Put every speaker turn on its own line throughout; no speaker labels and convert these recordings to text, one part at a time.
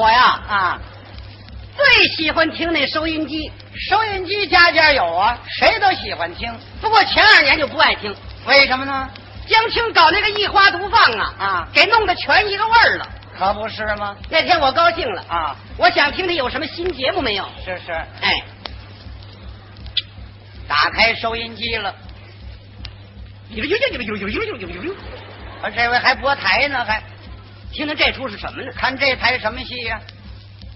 啊，最喜欢听那收音机，
收音机家家有啊，谁都喜欢听。
不过前两年就不爱听。
为什么呢？
江青搞那个一花独放啊
啊
给弄得全一个味儿了。
可不是吗？
那天我高兴了啊，
啊，
我想听听有什么新节目没有。
是是，
哎，
打开收音机了，啊，这回还播台呢，还
听听这出是什么呢？
看这台什么戏呀、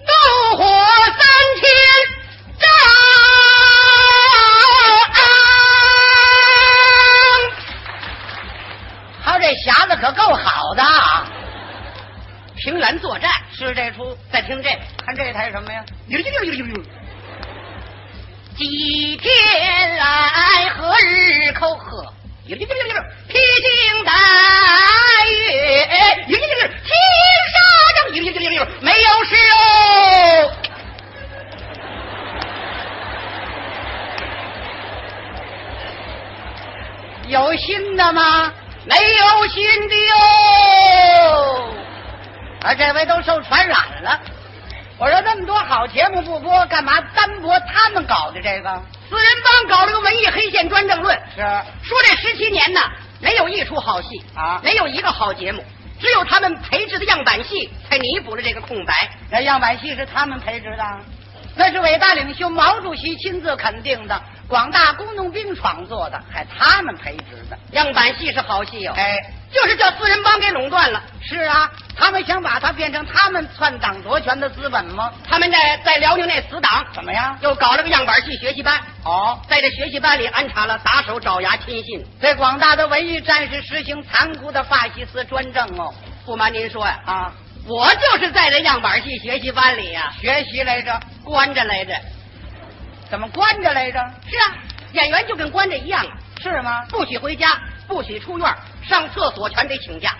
怒火三千丈。他这匣子可够好的，啊！凭栏作战是这出。再听这个，
看这台什么呀？
几天来何日扣喝？有有有有有，披星戴月，有有有有，青纱帐，有有有有有，没有事哦。有新的吗？没有新的哟。
啊，这回都受传染了。我说那么多好节目不播，干嘛单播他们搞的这个？
四人帮搞了个文艺黑线专政论，
是
说这十七年呢，没有一出好戏
啊
没有一个好节目，只有他们培植的样板戏才弥补了这个空白。
那样板戏是他们培植的，那是伟大领袖毛主席亲自肯定的，广大工农兵创作的，还他们培植的。
样板戏是好戏哟、
哎，
就是叫四人帮给垄断了。
是啊，他们想把它变成他们篡党夺权的资本吗？
他们在在辽宁那死党
怎么样？
又搞了个样板戏学习班，
哦，
在这学习班里安插了打手、爪牙、亲信。
对广大的文艺战士实行残酷的法西斯专政哦。
不瞒您说呀、
啊，
我就是在这样板戏学习班里呀、
学习来着，
关着来着。
怎么关着来着？
是啊，演员就跟关着一样啊。
是吗？
不许回家，不许出院，上厕所全得请假。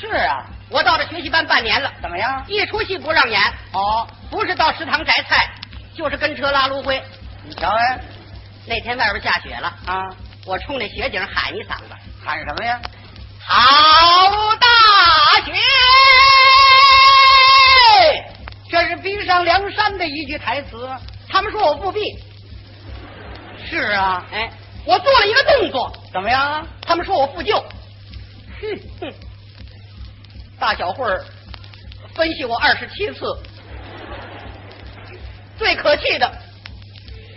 是啊，
我到这学习班半年了，
怎么样？
一出戏不让演，
哦，
不是到食堂摘菜，就是跟车拉炉灰。
你瞧哎，
那天外边下雪了，
啊，
我冲那雪景喊一嗓子
喊什么呀？：“
好大雪
这是逼上梁山的一句台词。！”
他们说我不必，
是啊，
哎，我做了一个动作，
怎么样？
他们说我负疚。
哼，
哼，大小慧儿分析我二十七次，最可气的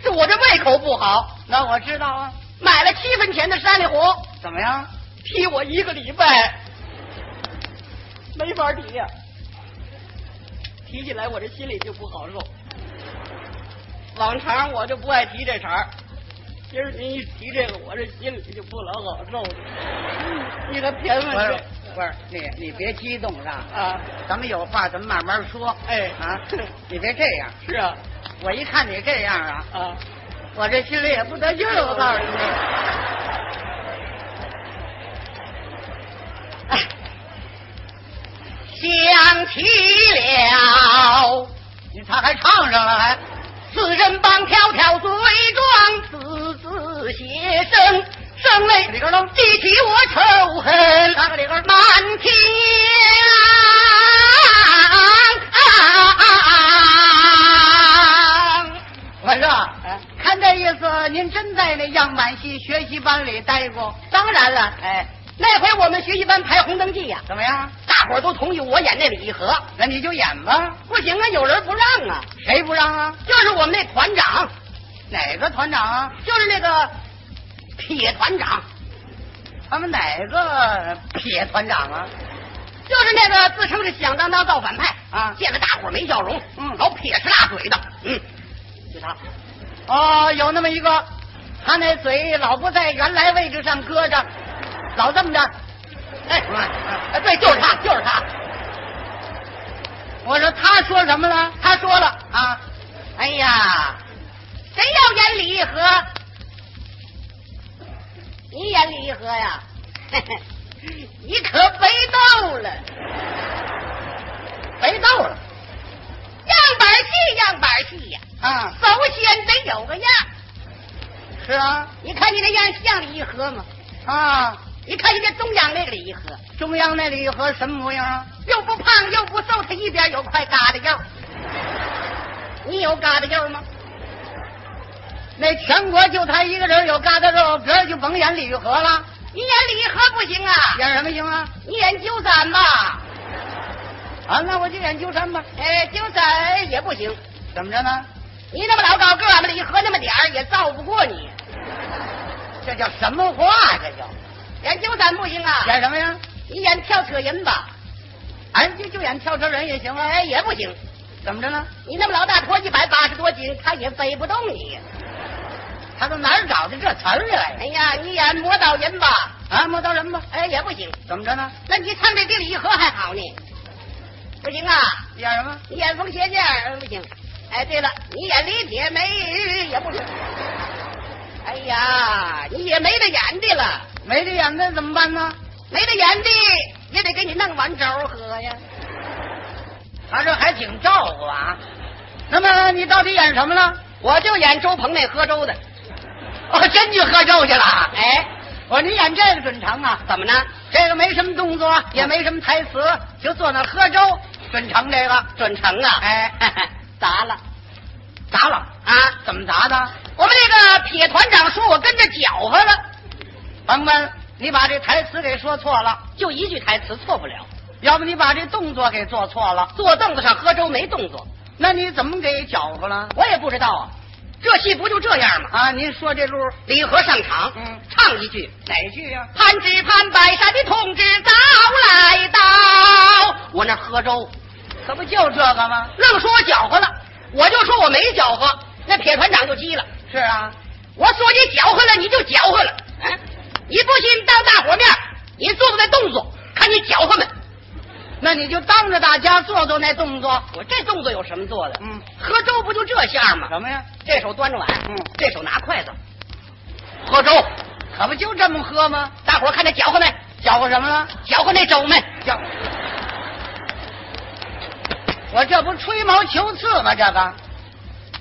是我这胃口不好，
那我知道啊。
买了七分钱的山里湖，
怎么样？
批我一个礼拜，没法提呀、提起来我这心里就不好受。往常我就不爱提这茬儿，今儿您一提这个，我这心里就不老好受了。你个偏
不
问
是
这。
不是，你你别激动是吧？
啊，
咱们有话咱们慢慢说。
哎
啊，你别这样。
是啊，
我一看你这样啊，
啊，
我这心里也不得劲儿。我告诉你，
想起了
你他还唱上了还？
四人帮条条罪状，字字写生，声泪
哎里边弄
激起我仇恨，
哪个里边？
满天
我说，
哎
看这意思，您真在那样板戏学习班里待过？
当然了，
哎，
那回我们学习班排红灯记呀、
怎么样？
大伙儿都同意我演那李义和，
那你就演吧，
不行啊，有人不让啊，
谁不让啊？
就是我们那团长，
哪个团长啊？
就是那个铁团长。
他们哪个铁团长啊？
就是那个自称是响当当造反派
啊
见了大伙儿没笑容，
嗯
老撇着大嘴的，嗯，就他，
哦，有那么一个，他那嘴老不在原来位置上搁着，老这么着。
哎，哎，对，就是他，就是他，
我说他说什么了？
他说了，
啊，
哎呀，谁要演李义和？你演李义和呀？ 嘿嘿，你可肥豆了，
肥豆了
样板戏，样板戏呀、
啊！
首先得有个样，
是啊
你看你那样像李义和吗？
啊！
你看人家中央那个李义和。
中央那李和什么模样啊？
又不胖又不瘦，他一边有块疙瘩腰，
你有疙瘩肉吗？那全国就他一个人有疙瘩肉，别人就甭演李玉和了，
你演李玉和不行啊，
演什么行啊？
你演鸠山吧。
啊，那我就演鸠山吧。
哎，鸠山也不行，
怎么着呢？
你那么老高个儿，李玉和那么点儿，也造不过你。
这叫什么话？啊这叫
演鸠山不行啊，
演什么呀？
你演跳车人吧，
哎，就就演跳车人也行啊。
哎，也不行。
怎么着呢？
你那么老大坨，一百八十多斤，他也飞不动你。
他都哪儿找的这词儿来
哎
呀？
呀，你演磨刀人吧，
啊，磨刀人吧？
哎，也不行。
怎么着呢？
那你唱这比李玉和还好呢，不行啊。
演什么？
你演风邪剑儿不行。哎，对了，你演李铁梅也不行。哎呀，你也没得演的了，
没得演的怎么办呢？
没得演的也得给你弄碗粥喝呀。
他这还挺照顾啊。那么你到底演什么了？
我就演周鹏那喝粥的。
哦，真去喝粥去了。
哎，
我说你演这个准成啊？
怎么呢？
这个没什么动作，也没什么台词，就坐那喝粥，准成这个。
准成啊！
哎，
砸了
砸了啊？
啊！
怎么砸的？
我们这个撇团长说我跟着搅和了，
甭问，你把这台词给说错了，
就一句台词错不了。
要不你把这动作给做错了，
坐凳子上喝粥没动作，
那你怎么给搅和了？
我也不知道啊。这戏不就这样吗？
啊，您说这路
李和上场，
嗯
唱一句，
哪句呀、
盼只盼白山的同志早来到，我那喝粥，
可不就这个吗？
愣说我搅和了，我就说我没搅和，那铁团长就急了，
是啊，哎
我说你搅和了，你就搅和了，啊，你不信当大伙面儿，你做做那动作，看你搅和没？
那你就当着大家做做那动作。
我这动作有什么做的？
嗯，
喝粥不就这样吗？
什么呀？
这手端着碗，
嗯
这手拿筷子，喝粥，
可不就这么喝吗？
大伙儿看这搅和没？
搅和什么了？
搅和那粥没？
搅，我这不吹毛求疵吗？这个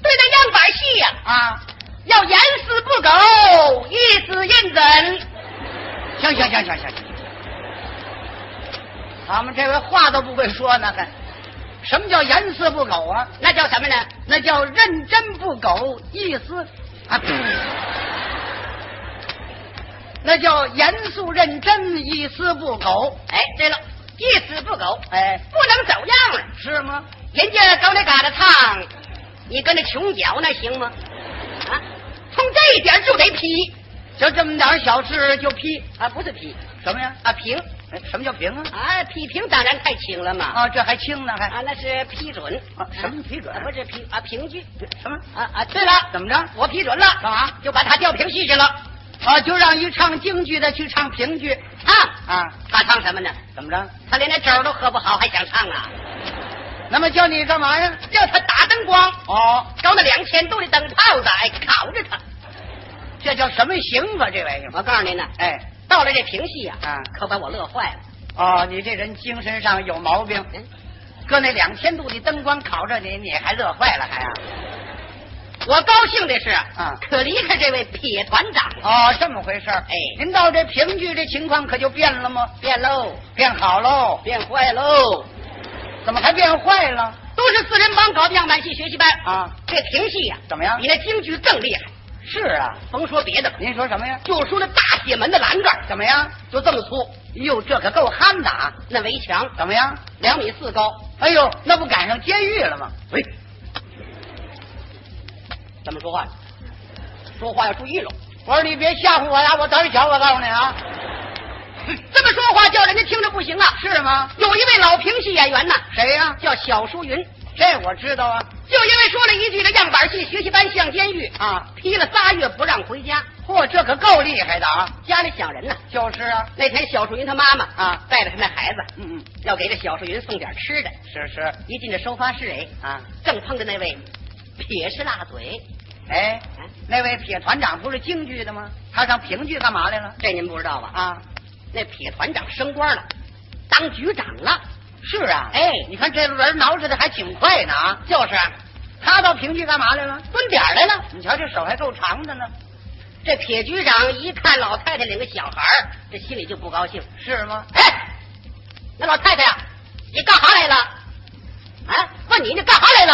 对那样板戏呀、
啊，
要严丝不苟，一丝认真。
行行行行行行，他们这回话都不会说呢，还什么叫严丝不苟啊？
那叫什么呢？
那叫认真不苟，一丝啊，噗那叫严肃认真，一丝不苟。
哎，对了，一丝不苟，
哎，
不能走样了。
是吗？
人家走那嘎达唱，你跟着穷搅那行吗？啊，从这一点就得批
就这么点儿小事就批
啊，不是批
什么呀？
啊，平
哎什么叫平啊？
啊，批评当然太轻了嘛。
啊，这还轻呢，还、
啊，那是批准
啊什么批准
啊不是批啊，评剧
什么？
啊啊！对了，
怎么着？
我批准了，
干嘛？
就把他调评戏去了。
啊，就让一唱京剧的去唱评剧
唱，
啊？
他唱什么呢？
怎么着？
他连那粥都喝不好，还想唱啊？
那么叫你干嘛呀？
叫他打灯光，
哦，
搞那两千度的灯泡子，哎，烤着他。
这叫什么行啊？这玩意儿？
我告诉您呢，
哎，
到了这评戏呀、
啊
可把我乐坏了。
哦，你这人精神上有毛病。
嗯，
搁那两千度的灯光烤着你，你还乐坏了还啊？
我高兴的是，
啊
可离开这位撇团长了，
哦，这么回事儿。
哎
您到这评剧这情况可就变了吗？
变喽，
变好喽？
变坏喽，
怎么还变坏了？
都是四人帮搞的样板戏学习班
啊。
这评戏呀、
怎么样
比那京剧更厉害。
是啊，
甭说别的了，
您说什么呀？
就说那大铁门的栏杆
怎么样？
就这么粗，
哟，这可够憨的啊！
那围墙
怎么样？
两米四高。
哎呦，那不赶上监狱了吗？
喂，怎么说话？说话要注意喽。
我说你别吓唬我呀，我胆儿小，我告诉你啊，
这么说话叫人家听着不行啊。
是吗？
有一位老评戏演员呐，
谁呀、
叫小淑云，
这我知道啊。
就因为说了一句这样板戏学习班像监狱，
啊，
批了仨月不让回家，
嚯，这可够厉害的啊！
家里想人呐。
就是啊，
那天小淑云她妈妈
啊
带着她那孩子，
嗯嗯，
要给这小淑云送点吃的。
是是
一进这收发室，哎，
啊。
正碰着那位撇是辣嘴，
哎，那位铁团长不是京剧的吗？他上评剧干嘛来了？
这您不知道吧？
啊，
那撇团长升官了，当局长了。
是啊。
哎
你看这路人捯饬的还挺快呢啊。
就是啊
他到评剧干嘛来了？
蹲点儿来了。
你瞧这手还够长的呢，
这撇局长一看老太太领个小孩儿，这心里就不高兴。
是吗？
哎，那老太太呀、你干啥来了？啊，问你你干啥来了？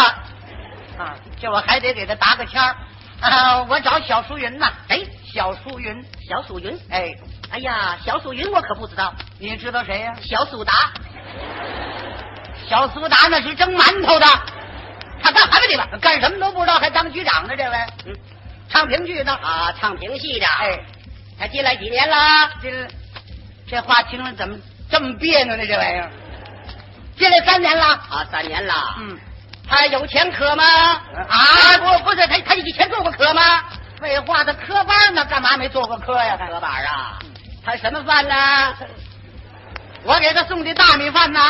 啊，这我还得给他答个签儿。啊，我找小淑云呐。
哎，小苏云，小苏云，
哎，
哎呀，小苏云我可不知道，
你知道谁呀、
小苏达，
小苏达那是蒸馒头的， 他干什么去了？干什么都不知道，还当局长呢？这位，
嗯，
唱评剧的。
啊，唱评戏的，
哎，
他进来几年了？
这这话听着怎么这么别扭呢？这玩意儿，进来三年了。
啊，三年了。
嗯，
他有前科吗？
啊
不，不是他，他以前做过科吗？
废话，他科班呢，干嘛没做过科呀？他
科板啊，
嗯
他什么饭呢？
我给他送的大米饭呐。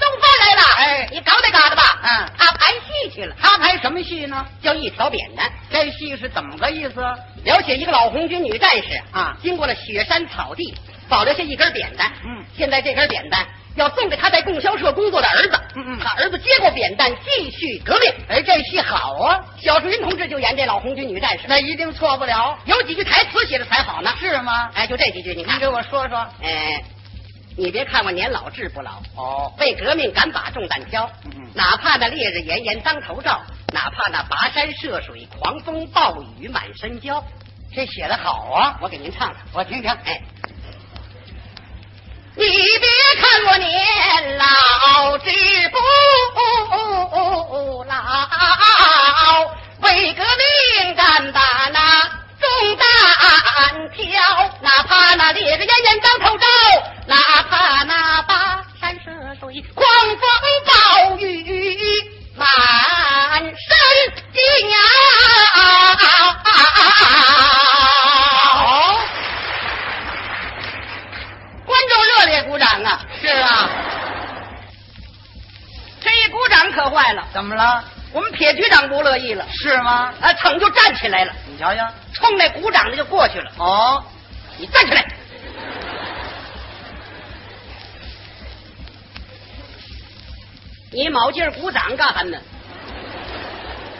送饭来了。
哎
你搞得搞的吧？
嗯
他排戏去了，
他排什么戏呢？
就一条扁担。
这戏是怎么个意思？
了解一个老红军女战士
啊
经过了雪山草地，保留下一根扁担。
嗯
现在这根扁担要送给他在供销社工作的儿子。
嗯嗯
他儿子接过扁担，继续革命。
哎，这戏好啊，
小树云同志就演这老红军女战士，
那一定错不了，
有几句台词写的才好呢。
是吗？
哎，就这几句，你
你
看
给。我说说。
哎，你别看我年老志不老，
哦，
为革命敢把重担挑，
嗯
哪怕那烈日炎炎当头照，哪怕那跋山涉水、狂风暴雨满身焦。
这写的好啊，
我给您唱唱。
我听听。
哎，你别看我年老志不老，为革命敢把那重担挑，哪怕那烈日炎炎当头照，哪怕那跋山涉水、狂风暴雨满身哦焦。观众热烈鼓掌啊！
是啊，
这一鼓掌可坏了，
怎么了？
我们撇局长不乐意了，
是吗？
啊，腾就站起来了，
你瞧瞧。
冲那鼓掌的就过去了。
哦，
你站起来，你卯劲儿鼓掌干什么？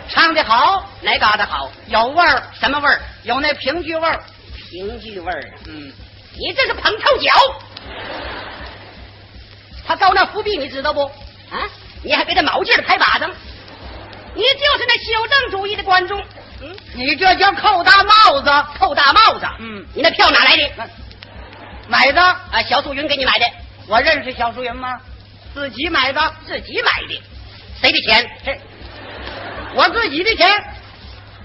唱的好，
哪嘎达好？
有味儿，
什么味儿？
有那评剧味儿。
评剧味儿啊！
嗯，
你这是捧臭脚。他高那伏笔，你知道不？啊，你还给他卯劲儿拍巴掌，你就是那修正主义的观众。嗯。
你这叫扣大帽子，
扣大帽子。
嗯
你那票哪来的？
买的。
啊，小素云给你买的，
我认识小树云吗？自己买的，
自己买的，谁的钱？
这我自己的钱。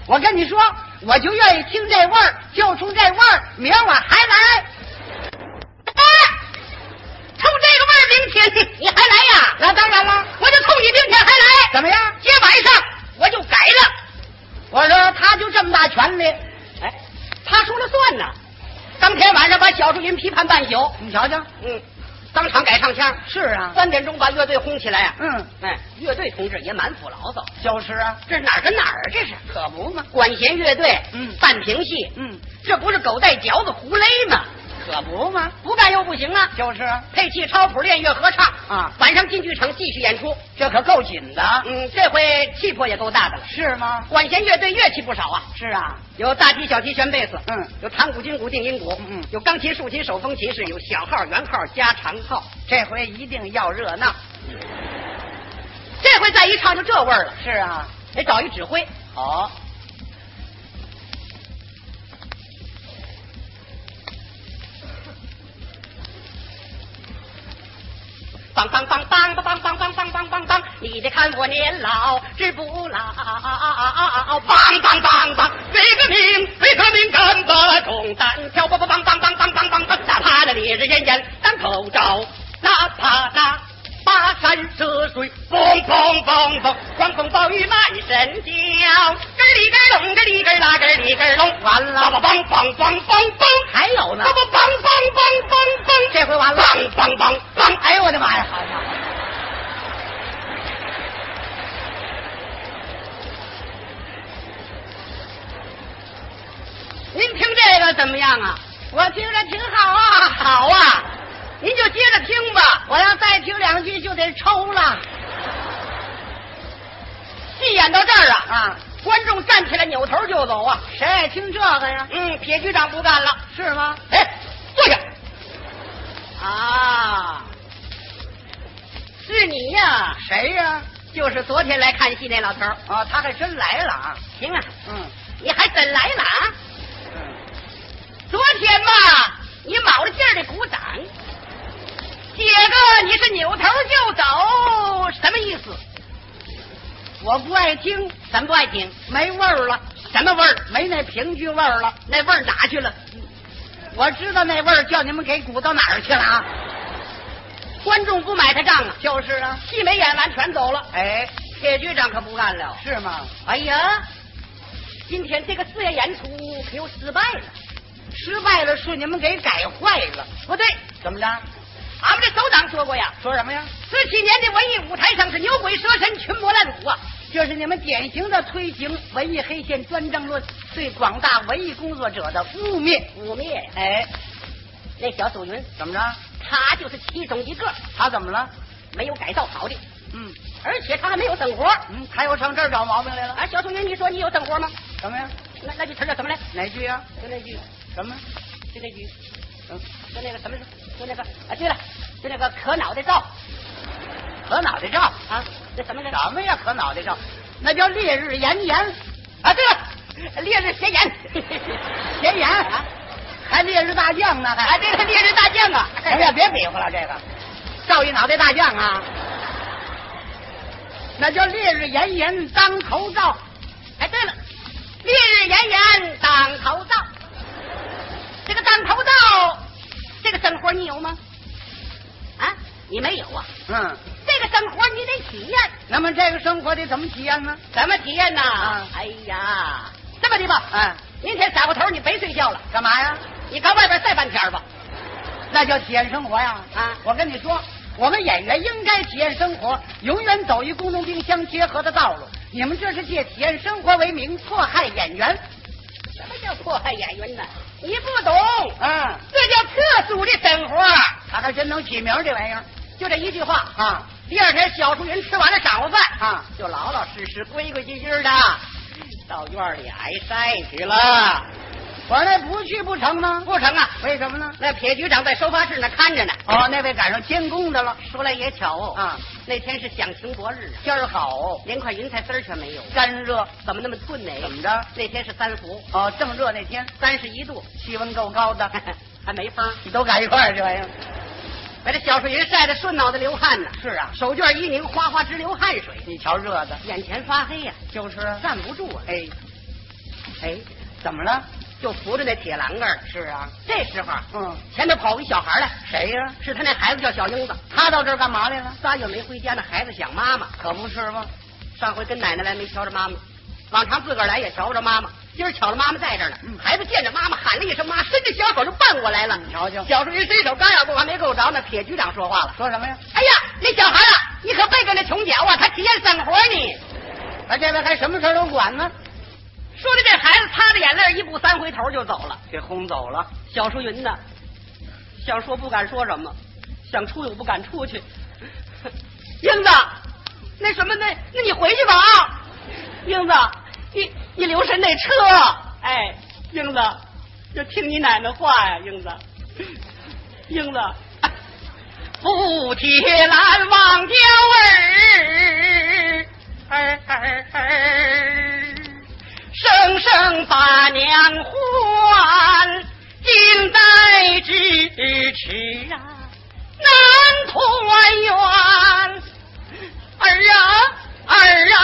我跟你说，我就愿意听这味儿，就冲这味儿，明儿我还来。
哎，冲这个味儿，明天你还来呀？
那当然了，
我就冲你明天还来。
怎么样？
今晚上我就改了。
我说他就这么大权力，
哎，他说了算呐。当天晚上把小树云批判半宿，
你瞧瞧。
嗯，当场改唱腔。
是啊，
三点钟把乐队轰起来啊！
嗯，
哎，乐队同志也满腹牢骚，
就是啊，
这哪儿跟哪儿啊？这是
可不嘛。
管弦乐队，
嗯
范平戏，
嗯，
这不是狗带嚼子胡勒吗？
可不嘛，
不干又不行啊！
就是啊，
配器超谱练乐合唱
啊
晚上进剧场继续演出。
这可够紧的。
嗯，这回气魄也够大的了。
是吗？
管弦乐队乐器不少啊，
是啊，
有大提、小提、弦贝斯，
嗯，
有弹古、军鼓、定音鼓，
嗯嗯
有钢琴、竖琴、手风琴是，有小号、圆号、加长号。
这回一定要热闹。
这回再一唱就这味儿了，
是啊，
得找一指挥。
好，
梆梆梆梆梆梆梆梆梆梆梆梆，你别看我年老志不老，梆梆梆梆，为革命，为革命敢把重担挑，梆梆梆梆梆梆梆梆梆，哪怕那烈日炎炎当头照，哪怕那跋山涉水，嘣嘣嘣嘣，狂风暴雨满身焦，咯里咯隆，咯里咯啦，咯里咯隆，
完了
梆梆梆梆梆梆，
还有呢
梆梆梆梆梆梆梆，
这回完了
梆梆梆梆，
哎呦我的妈呀，好家伙！
您听这个怎么样啊？
我听着挺好啊，
好啊，您就接着听吧。
我要再听两句就得抽了
戏演到这儿啊，
啊！
观众站起来扭头就走啊。
谁爱听这个呀？
嗯，铁局长不干了，
是吗？
哎，坐下。啊，是你呀、
谁呀？
就是昨天来看戏那老头儿。
啊，他还真来了啊。
行了，
嗯
你还真来了啊！
嗯，
昨天嘛，你卯着劲儿的鼓掌，姐个你是扭头就走，什么意思？
我不爱听，
咱不爱听，
没味儿了，
什么味儿？
没那评剧味儿了。
那味儿哪去了？
我知道那味儿叫你们给鼓到哪儿去了啊？
观众不买他账啊！
就是啊，
戏没演完全走了，
哎，
铁局长可不干了。
是吗？
哎呀，今天这个四月演出可又失败了。
失败了是你们给改坏了，
不对，
怎么着？
俺们这首长说过呀，
说什么呀？
十七年的文艺舞台上是牛鬼蛇神、群魔乱舞啊！
这是你们典型的推行文艺黑线专政论，对广大文艺工作者的污蔑。
污蔑呀！
哎，
那小祖云，
怎么着？
他就是其中一个，
他怎么了？
没有改造好的，
嗯
而且他还没有生活。
嗯，他又上这儿找毛病来了。
啊，小祖云，你说你有生活吗？
什么呀？
那那句词儿叫什么来？
哪句呀、
就那句，
什么？
就那句，
嗯，
就那个什么，就那个啊，对了，就那个可脑袋照
可脑袋照？
啊，那什么来着？
什么呀？可脑袋照？那叫烈日炎炎，
啊，对了， 烈日斜眼，
炎炎
啊，
还烈日大将呢？还
啊，对了，烈日大将啊！
哎呀，别比划了，这个照一脑袋大将啊，那叫烈日炎炎当头照。
哎，对了，烈日炎炎当头照，这个当头照，这个生活你有吗？啊，你没有啊？
嗯，
这个生活你得体验，
那么这个生活得怎么体验呢？
怎么体验呐？
啊
哎呀，这么的吧，
哎，
明天傻过头你别睡觉了，
干嘛呀？
你搁外边晒半天吧。
那叫体验生活呀！
啊
我跟你说，我们演员应该体验生活，永远走与工农兵相结合的道路。你们这是借体验生活为名迫害演员。
什么叫迫害演员呢？你不懂，
嗯，
这叫特殊的生活。
他还真能起名儿这玩意儿
就这一句话，
啊！
第二天小树云吃完了晌午饭
啊
就老老实实、规规矩矩的到院里挨晒去了。
啊我说那不去不成吗？
不成啊，
为什么呢？
那撇局长在收发室那看着呢。
哦，那位赶上监工的了。
说来也巧哦，
啊，
那天是响晴博日啊，
天儿好，
连块云彩丝儿全没有，
干热，
怎么那么困呢？
怎么着？
那天是三伏，
哦，正热那天，
三十一度，
气温够高的，
还没风儿，
你都赶一块儿这玩意儿。
把这小树云晒得顺脑袋流汗呢，
是啊，
手绢一拧，哗哗直流汗水，
你瞧热的，
眼前发黑呀、
就是。
站不住啊，
哎
哎，
怎么了？
就扶着那铁栏杆儿。
是啊，
这时候啊，
嗯，
前头跑一小孩儿来，
谁呀、
是他那孩子叫小英子，
他到这儿干嘛来了？
仨月没回家，那孩子想妈妈，
可不是吗？
上回跟奶奶来没瞧着妈妈，往常自个儿来也瞧不着妈妈，今儿巧了妈妈在这儿呢。
嗯
孩子见着妈妈喊了一声妈，伸着小手就奔过来了。
你瞧瞧
小树一伸手刚要够，还没够着呢，撇局长说话了
说什么呀？：“
哎呀，那小孩啊，你可别跟那穷脚啊，他体验生活呢。
啊，这位还什么事儿都管 呢？”
说着，这孩子擦着眼泪，一步三回头就走了。
给轰走了。
小淑云呢，想说不敢说什么，想出去我不敢出去。 英子，那什么，那那你回去吧啊！英子，你你留神那车。哎，英子，就听你奶奶话呀，英子。英子， 不铁栏望娇儿，儿儿儿，生生把娘唤，近代咫尺啊，南团圆。儿啊儿啊，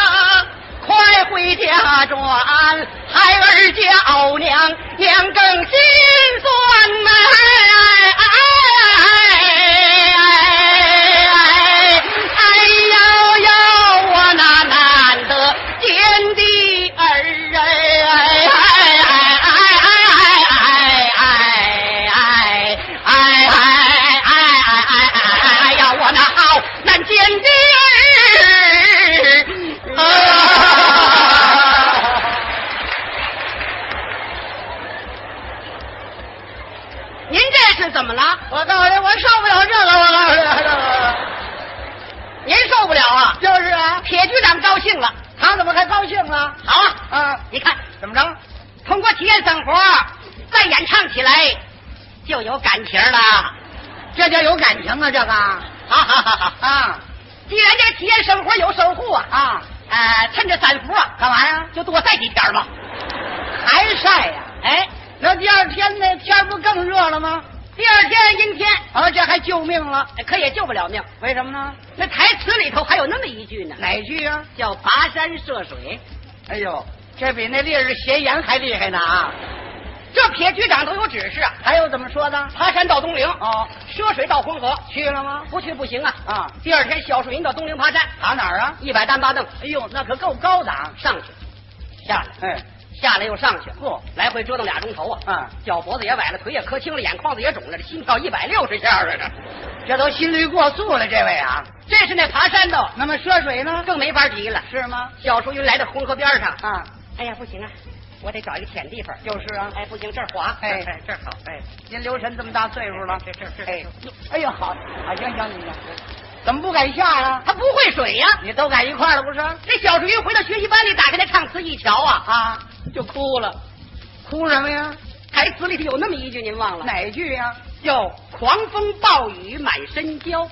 快回家转，孩儿叫娘，娘更心酸呐、哎哎哎哎呦呦，我那难得见的儿哎哎哎哎哎哎哎哎哎哎哎哎哎哎哎呀，我那好难见的儿啊！您这是怎么了？
我告诉你，我受不了这个，我告诉你，
您受不了啊！
就是啊。
铁局长高兴了，
他怎么还高兴了？
好啊！
啊，
你看，
怎么着？
通过体验生活，再演唱起来就有感情了。
这叫有感情啊，这个。
哈哈哈哈！
啊，
既然这个体验生活有守护啊
啊，
呃，趁着三伏啊，
干嘛呀？
就多晒几天吧。
还晒呀、
哎，
那第二天呢？天儿不更热了吗？
第二天阴天，
啊，这还救命了？
可也救不了命。
为什么呢？
那台词里头还有那么一句呢，
哪句呀、
叫跋山涉水。
哎呦，这比那烈日斜炎还厉害呢啊！
这撇局长都有指示啊，
还有怎么说的？
爬山到东陵，
哦，
涉水到浑河，
去了吗？
不去不行啊。
啊，
第二天小树林到东陵爬山，
爬哪儿啊？
一百单八凳
哎呦，那可够高的啊！
上去，下来，
哎，
下来又上去，
嚯
来回折腾俩钟头啊。
嗯
脚脖子也崴了，腿也磕青了，眼眶子也肿了，这心跳一百六十下了这。
这都心率过速了，这位啊。
这是那爬山的，
那么涉水呢？
更没法提了。
是吗？
小树云来到浑河边上，
啊，
哎呀，不行啊，我得找一个浅地方。
就是啊。
哎，不行，这儿滑，
哎
哎，这儿好，哎，
您留神这么大岁数了，
这这这
哎，哎呦好，啊行行行行，怎么不敢下呀、
他不会水呀、
你都赶一块儿了不是？
这小树云回到学习班里，打开那唱词一瞧啊，
啊，
就哭了。
哭什么呀？
台词里头有那么一句，您忘了？
哪句呀、
叫“狂风暴雨满身娇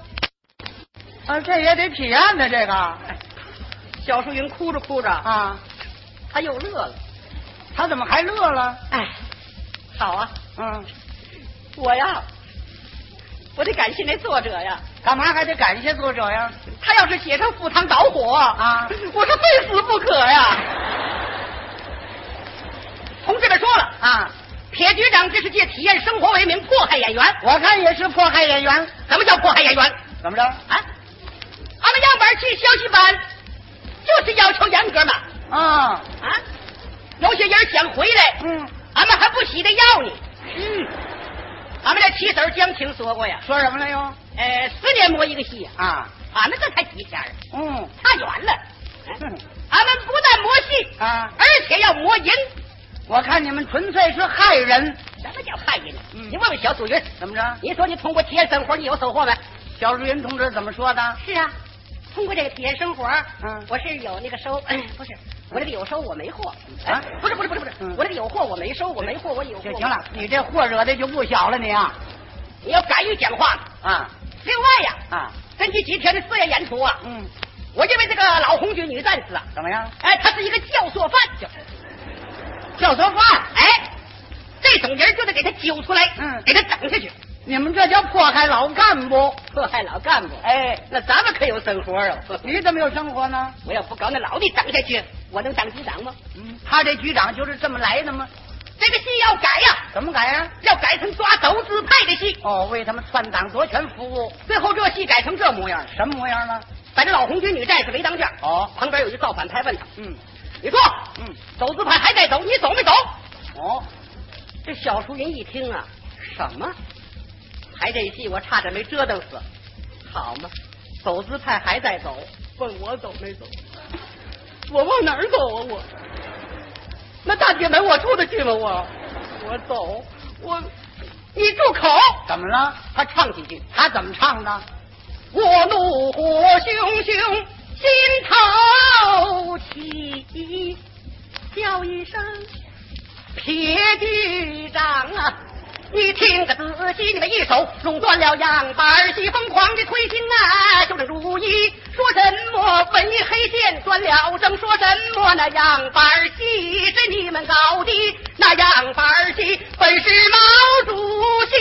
啊？这也得体验呢，这个”。
小树云哭着哭着，
啊，
他又乐了。
他怎么还乐了？
哎，好啊，
嗯，
我呀，我得感谢那作者呀。
干嘛还得感谢作者呀？
他要是写成赴汤蹈火
啊
我是非死不可呀。同志们说了，
啊，
铁局长这是借体验生活为名迫害演员。
我看也是迫害演员，
什么叫迫害演员？
怎么着？
啊，俺们样板戏消息班就是要求严格嘛。
啊，
啊，有些人想回来，
嗯，
俺们还不喜得要你。嗯，俺们这七婶江青说过呀，
说什么了又？
呃，十年磨一个戏呀、
啊，
俺们这才几天儿，
嗯，
差远了。
哼
俺们不但磨戏，
啊，
而且要磨银。
我看你们纯粹是害人，
什么叫害银？
嗯
你问问小祖云，
怎么着？
你说你通过体验生活，你有收获没？
小树云同志怎么说的？
是啊，通过这个体验生活，
嗯
我是有那个收， 不是我这个有收我没货
啊
哎不是不是不是不是，
嗯
我这个有货我没收，我没货我有货。
就行了，，你这祸惹的就不小了，你啊
你要敢于讲话。
啊
另外呀，
啊，
根据几天的试验演出啊，
嗯，
我认为这个老红军女战士啊，
怎么样？
哎，她是一个教唆犯，教
教唆犯，
哎，这种人就得给他揪出来，
嗯
给他整下去，
你们这叫迫害老干部。
迫害老干部。
哎，
那咱们可有生活啊！
你怎么有生活呢？
我要不搞那老的整下去，我能当局长吗？
嗯，他这局长就是这么来的吗？
这个戏要改呀、
怎么改呀、
要改成抓走资派的戏。
哦，为他们篡党夺权服务，
最后这戏改成这模样了，
什么模样呢？
把这老红军女战士围当间。
哦，
旁边有一造反派问他
嗯：“
你说，
嗯，
走资派还在走，你走没走
哦，？”
这小树云一听啊，什么？排这戏我差点没折腾死，好嘛，走资派还在走，问我走没走？我往哪儿走啊我？那大铁门我出得去吗我？我走，我，你住口！
怎么了？
他唱几句。
他怎么唱的？
我怒火熊熊，心头起，叫一声撇局长啊！你听个仔细，你们一手垄断了样板儿戏，疯狂的推行啊，就这如意。说什么文艺黑线断了正，说什么那样板儿戏是你们搞的，那样板儿戏本是毛主席。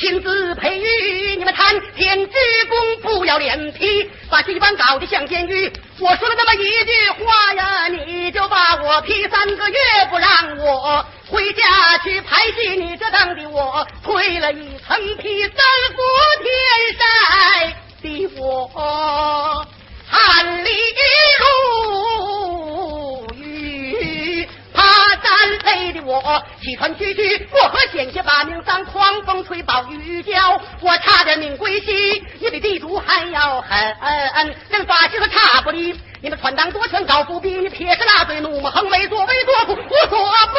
亲自培育你们谈天之功，不要脸皮，把戏班搞得像监狱。我说了那么一句话呀，你就把我批三个月，不让我回家去排戏。你这当的我退了一层皮，三伏天晒的我汗淋如雨。爬山累的我气喘吁吁，过河险些把命丧，狂风吹暴雨浇，我差点命归西，你比地主还要狠，连法器都差不离。你们闯荡夺权搞伏兵，你撇着大嘴怒目横为作威作福，无所不